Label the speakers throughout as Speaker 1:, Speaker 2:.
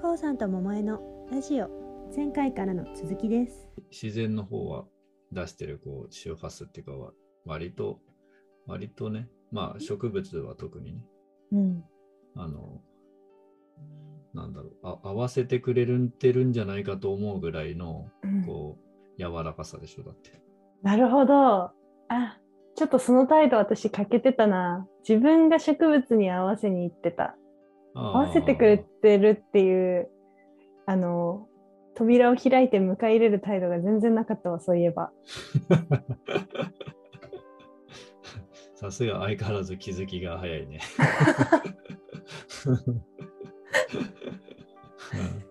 Speaker 1: こうさんと桃江のラジオ前回からの続きです
Speaker 2: 自然の方は出してるこう周波数っていうかは割と割とねまあ植物は特にね
Speaker 1: うん
Speaker 2: あのなんだろうあ合わせてくれるんてるんじゃないかと思うぐらいのこう柔らかさでしょだって
Speaker 3: なるほど。あ、ちょっとその態度私欠けてたな。自分が植物に合わせに行ってた。
Speaker 2: 合
Speaker 3: 合わせてくれてるっていう、あの、扉を開いて迎え入れる態度が全然なかったわ、そういえば。
Speaker 2: さすが相変わらず気づきが早いね、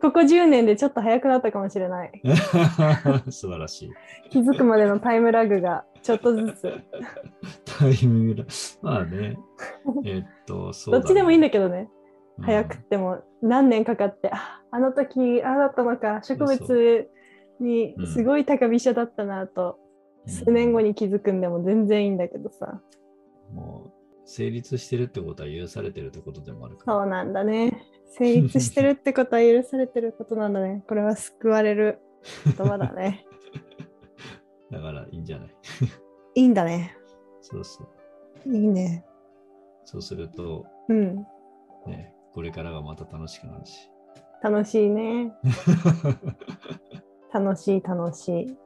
Speaker 3: ここ10年でちょっと早くなったかもしれない。
Speaker 2: うん素晴らしい
Speaker 3: 気づくまでのタイムラグがちょっと ずつ。
Speaker 2: タイムラまあ ねえっとそう
Speaker 3: ど
Speaker 2: だね、
Speaker 3: っちでもいいんだけどね。
Speaker 2: うん
Speaker 3: 早くっても何年かかって、ああの時ああだったのか植物にすごい高飛車だったなと、数年後に気づくんでも全然いいんだけどさ
Speaker 2: もう成立してるってことは許されてるってことでもあるから。
Speaker 3: そうなんだね成立してるってことは許されてることなんだねこれは救われる言葉だね
Speaker 2: だからいいんじゃない
Speaker 3: いいんだね
Speaker 2: そうそう。
Speaker 3: いいね
Speaker 2: そうすると、
Speaker 3: うん
Speaker 2: ね、これからがまた楽しくな るし。
Speaker 3: 楽しいね楽しい楽しい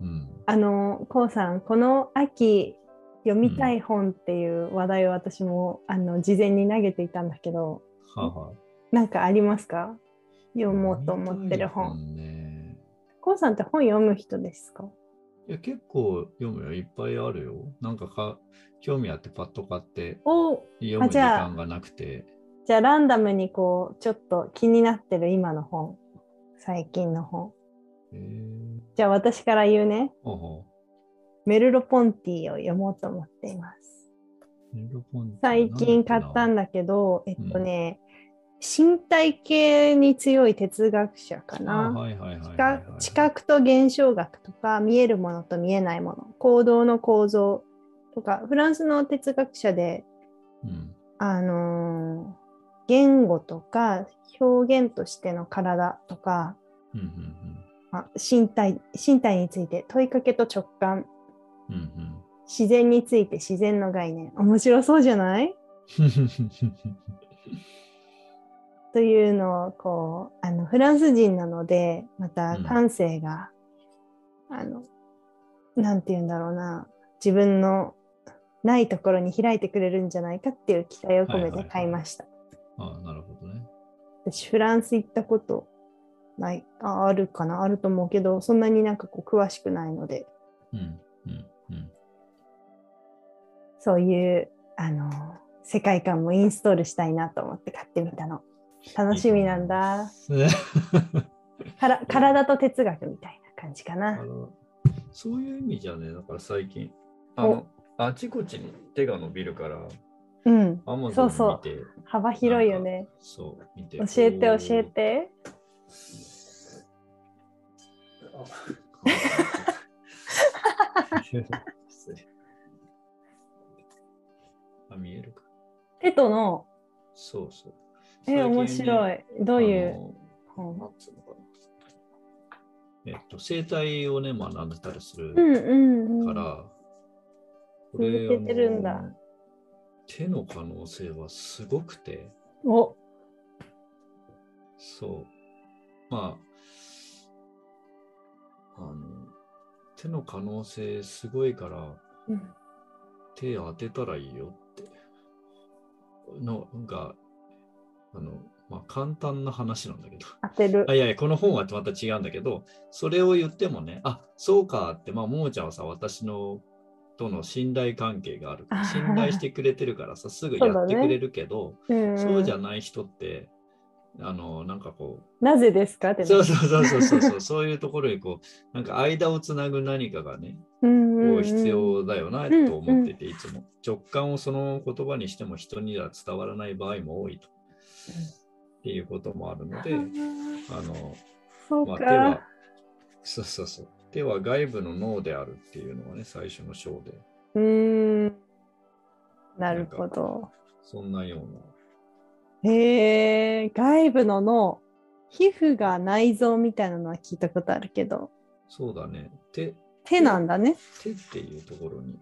Speaker 2: うん。
Speaker 3: あのこうさんこの秋読みたい本っていう話題を私も、あの事前に投げていたんだけど、
Speaker 2: はあ、はあ。
Speaker 3: なんかありますか読もうと思ってる
Speaker 2: 読
Speaker 3: 本。
Speaker 2: みたいね。
Speaker 3: コウさんって本読む人ですか
Speaker 2: いや、結構読むよ。いっぱいあるよ。なんかか、興味あってパッと買って、
Speaker 3: お
Speaker 2: 読む
Speaker 3: あ
Speaker 2: 時
Speaker 3: じゃあ
Speaker 2: 間がなくて。
Speaker 3: じゃあランダムにこうちょっと気になってる今の本最近の本
Speaker 2: えー、
Speaker 3: じゃあ私から言うね
Speaker 2: ほうほ
Speaker 3: メルロ・ポンティを読もうと思っています
Speaker 2: うメロポンティ
Speaker 3: 最近買ったん
Speaker 2: だ
Speaker 3: だけどえっとね、身体系に強い哲学者か
Speaker 2: け
Speaker 3: な、
Speaker 2: はいはいはい
Speaker 3: 知
Speaker 2: はいはい、
Speaker 3: 覚知覚と現象学とか見えるものと見えないもの行動の構造とかフランスの哲学者で、
Speaker 2: うん。
Speaker 3: あのー言語とか表現としての体とか、
Speaker 2: うんうん
Speaker 3: まあ身体身体について問いかけと直感
Speaker 2: うん。うんうん。
Speaker 3: 自然について自然の概念面白そうじゃないというのをこうあのフランス人なのでまた
Speaker 2: うん
Speaker 3: 感性が、あのなんて言うんだろうな自分のないところに開いてくれるんじゃないかっていう期待を込め
Speaker 2: はいはいは
Speaker 3: て
Speaker 2: い
Speaker 3: 買いました。
Speaker 2: ああ、なるほどね。
Speaker 3: 私フランス行ったことないああるかなあると思うけどそんなになんかこう詳しくないので
Speaker 2: うんうんうん。
Speaker 3: そういうあの世界観もインストールしたいなと思って買ってみたの。楽しみなんだ。
Speaker 2: いいと思います。
Speaker 3: から体と哲学みたいな感じか
Speaker 2: あ
Speaker 3: な。
Speaker 2: のそういう意味じゃね、だから最近、あのあちこちに手が伸びるから、
Speaker 3: うん。
Speaker 2: アマゾ
Speaker 3: そ
Speaker 2: ン
Speaker 3: うそう
Speaker 2: 見て、
Speaker 3: 幅広いよね。
Speaker 2: そう、見て。
Speaker 3: 教えて教えて。
Speaker 2: こう。あ失礼 あ、見えるか。
Speaker 3: テトの、
Speaker 2: そうそう。
Speaker 3: え、面白
Speaker 2: い。
Speaker 3: い。どういう
Speaker 2: う。
Speaker 3: 本
Speaker 2: なんつうのかなえっと、生態をね、学んでたりする。
Speaker 3: うんうんう
Speaker 2: か
Speaker 3: ん。
Speaker 2: ら、こ
Speaker 3: 続けてるんだ
Speaker 2: あの手の可能性はすごくて、
Speaker 3: お、
Speaker 2: そう。まあ、あの、手の可能性すごいから、
Speaker 3: うん
Speaker 2: 手当てたらいいよって。のが、あの、まあ、簡単な話なんだけど。
Speaker 3: 当てる
Speaker 2: あ。いやいや、この本はまた違うんだけど、それを言ってもね、あそうかって、まあ、ももちゃんはさ、私のとの信頼関係があるから、
Speaker 3: あ
Speaker 2: 信
Speaker 3: ー
Speaker 2: 頼してくれてるからさ、すぐ
Speaker 3: そう
Speaker 2: や
Speaker 3: だね
Speaker 2: ってくれるけど、
Speaker 3: うん
Speaker 2: そう,、
Speaker 3: ん
Speaker 2: じゃない人って、あの、なんかこ
Speaker 3: なぜですかって
Speaker 2: う、
Speaker 3: ね。
Speaker 2: そうそうそうそうそうそう、そういうところにこう、なんか間をつなぐ何かがね、
Speaker 3: うんうんう
Speaker 2: こうん必要だよなと思ってて、いつも。直感をその言葉にしても人には伝わらない場合も多いと。っていうこともあるので、
Speaker 3: あー
Speaker 2: あの、
Speaker 3: そう
Speaker 2: まあ、手は
Speaker 3: か。、
Speaker 2: そうそうそう。手は外部の脳であるっていうのがね、最初の章で、
Speaker 3: うーん。なるほど。
Speaker 2: そんなような。
Speaker 3: へえ、外部の脳。皮膚が内臓みたいなのは聞いたことあるけど、
Speaker 2: そうだね。手、
Speaker 3: 手なんだね。
Speaker 2: 手っていうところに。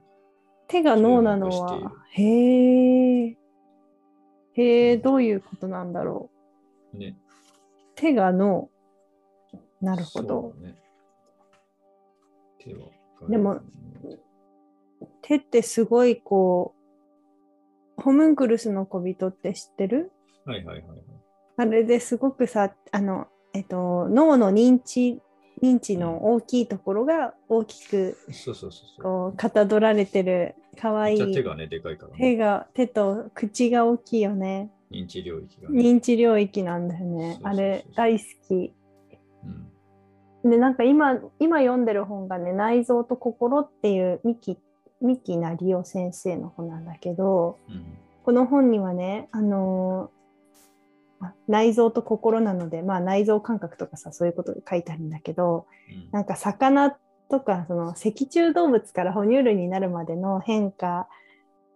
Speaker 3: 手が脳なの
Speaker 2: 注目
Speaker 3: は。へえ。へえ、どういうことなんだろう。
Speaker 2: ね。
Speaker 3: 手が脳。なるほど。
Speaker 2: そうだね。手は。
Speaker 3: でも、手ってすごいこう、ホムンクルスの小人って知ってる
Speaker 2: はいはいはいはい。
Speaker 3: あれですごくさ、あの、えっと、脳の認知、認知の大きいところが大きく
Speaker 2: そうそうそうそう。
Speaker 3: こうかたどられてるかわい
Speaker 2: じゃあ手
Speaker 3: い
Speaker 2: がね、でかいから、
Speaker 3: 手
Speaker 2: ね。
Speaker 3: が手と口が大きいよね
Speaker 2: 認知領域が、ね。
Speaker 3: 認知領域なんだよね
Speaker 2: そうそうそうそう
Speaker 3: あれ大好き
Speaker 2: うん。
Speaker 3: でなんか今今読んでる本がね「内臓と心」っていう三木三木成夫先生の本なんだけど
Speaker 2: うん。
Speaker 3: この本にはねあのーあ内臓と心なので、まあ、内臓感覚とかさそういうことが書いてあるんだけど、
Speaker 2: うん
Speaker 3: なんか魚とかその脊柱動物から哺乳類になるまでの変化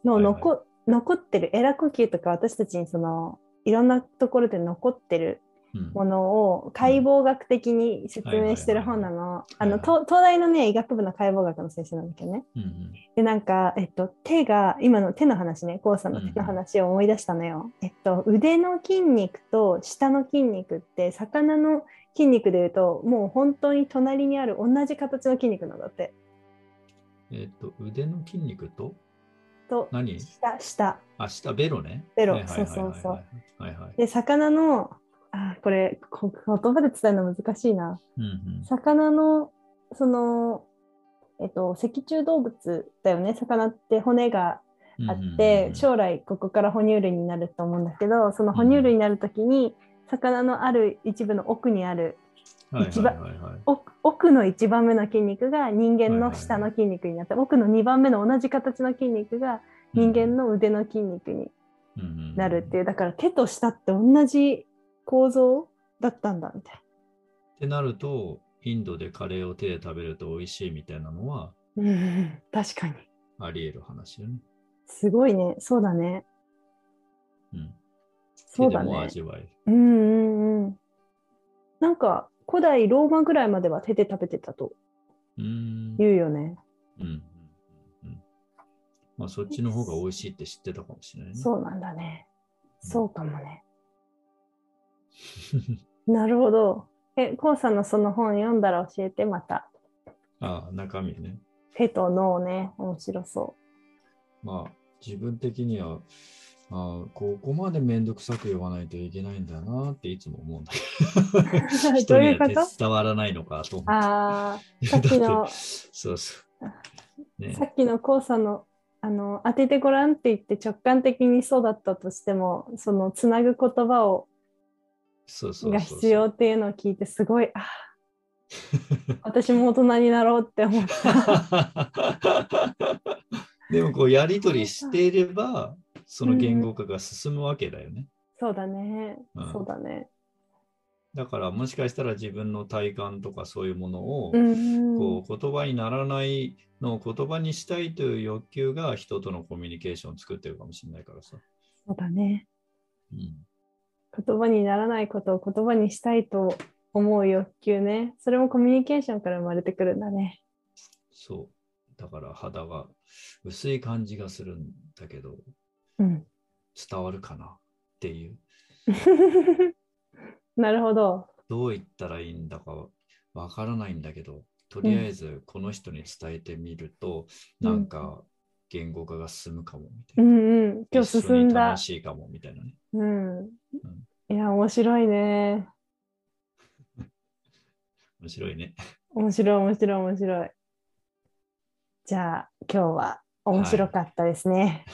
Speaker 3: の
Speaker 2: はいはい
Speaker 3: 残,、残ってるエラ呼吸とか私たちにそのいろんなところで残ってる
Speaker 2: うん
Speaker 3: ものを解剖学的に説明してる本なのあの
Speaker 2: はいは
Speaker 3: 東東大のね医学部の解剖学の先生なんだけどね
Speaker 2: うんうん
Speaker 3: でなんか、えっと、手が今の手の話ね郷さんの手の話を思い出したのよ、えっと、腕の筋肉と下の筋肉って魚の筋肉でいうともう本当に隣にある同じ形の筋肉なんだって
Speaker 2: えっと、腕の筋肉と
Speaker 3: と
Speaker 2: 何
Speaker 3: 下下
Speaker 2: あ、下、ベロね。
Speaker 3: ベロ
Speaker 2: はいはいはいはい
Speaker 3: そうそうそう。
Speaker 2: はいはい。
Speaker 3: で魚のあこれこ言葉で伝えるの難しいな
Speaker 2: うんうん。
Speaker 3: 魚のそのえっと脊柱動物だよね魚って骨があって、将来ここから哺乳類になると思うんだけどその哺乳類になる時に、魚のある一部の奥にある
Speaker 2: 来
Speaker 3: 一
Speaker 2: 番
Speaker 3: 番。
Speaker 2: はいはいはいはい
Speaker 3: 奥奥の1番目の筋肉が人間の下の筋肉になって、奥の2番目の同じ形の筋肉が人間の腕の筋肉になるっていう、だから手と下って同じ構造だったんだみたい
Speaker 2: ってなると、インドでカレーを手で食べると美味しいみたいなのは
Speaker 3: な。確かに。
Speaker 2: あり得る話よね。
Speaker 3: すごいね。そうだね。
Speaker 2: うん、
Speaker 3: そうだ
Speaker 2: 手でも
Speaker 3: ね。
Speaker 2: 味わえる。
Speaker 3: うんうんうん。なんか古代ローマぐらいまでは手で食べてたと
Speaker 2: うーん。
Speaker 3: 言うよね。
Speaker 2: うんうんうんまあ、そっちの方が美味しいって知ってたかもしれないね。
Speaker 3: そうなんだね。
Speaker 2: うん
Speaker 3: そうかも ね。なるほど。え、コウさんのその本読んだら教えて、また。
Speaker 2: ああ、中身ね。
Speaker 3: 手と脳ね、面白そ
Speaker 2: まあ、自分的には、ああここまでめんどくさく言わないといけないんだなっていつも思うんだけど
Speaker 3: う。 どういうこ
Speaker 2: 人には
Speaker 3: と
Speaker 2: 手伝わらないのかと思って。
Speaker 3: ああ、さっき
Speaker 2: だ
Speaker 3: の
Speaker 2: っ、てそうそう。ね
Speaker 3: さ、っきのコウさんの、あの、当ててごらんって言って直感的にそうだったとしても、そのつなぐ言葉を
Speaker 2: そうそうそうそう
Speaker 3: が必要っていうのを聞いて、すごい、あ ー私も大人になろうって思った。
Speaker 2: でもこうやり取りしていればその言語化が進むわけだよね。
Speaker 3: そうだね、
Speaker 2: うん
Speaker 3: そうだね。
Speaker 2: だからもしかしたら自分の体感とかそういうものを
Speaker 3: うんうん
Speaker 2: こう言葉にならないのを言葉にしたいという欲求が人とのコミュニケーションを作ってるかもしれないからさ。
Speaker 3: そうだね。
Speaker 2: うん、
Speaker 3: 言葉にならないことを言葉にしたいと思う欲求ね。それもコミュニケーションから生まれてくるんだね。
Speaker 2: そう。だから肌が薄い感じがするんだけど
Speaker 3: うん。
Speaker 2: 伝わるかなっていう。
Speaker 3: なるほど。
Speaker 2: どう言ったらいいんだかわからないんだけど、とりあえずこの人に伝えてみると、
Speaker 3: うん
Speaker 2: なんか言語化が進むかもみた
Speaker 3: う
Speaker 2: いな。
Speaker 3: んうん。今日
Speaker 2: 一緒に
Speaker 3: 進んだ
Speaker 2: 楽。しいかもみたいなね。
Speaker 3: うん。いや、面白いね。
Speaker 2: 面白いね。
Speaker 3: 面白い、面白い、面白い。じゃあ、今日は面白かったですね。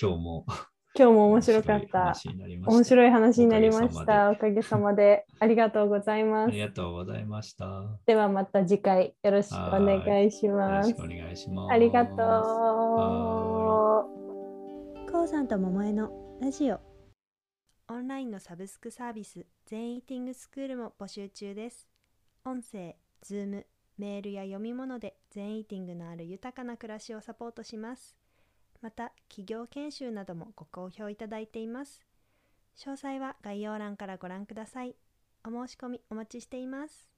Speaker 2: 今日も
Speaker 3: 今日も面白かっ
Speaker 2: 面白い
Speaker 3: た。
Speaker 2: 話になりました
Speaker 3: 面白い話になりま
Speaker 2: お
Speaker 3: し
Speaker 2: かげさま
Speaker 3: た。おかげさまで。ありがとうござい
Speaker 2: あ
Speaker 3: ます
Speaker 2: り。がとうございました。よ
Speaker 3: ではまた次回よろしくお願いしま
Speaker 2: ろ
Speaker 3: す
Speaker 2: しく。お願いします。
Speaker 3: ありがと
Speaker 2: は
Speaker 3: う。
Speaker 1: こうさんと桃江のラジオオンラインのサブスクサービス全イーティングスクールも募集中です音声、ズーム、メールや読み物で全イーティングのある豊かな暮らしをサポートしますまた企業研修などもご好評いただいています詳細は概要欄からご覧ください。お申し込みお待ちしています。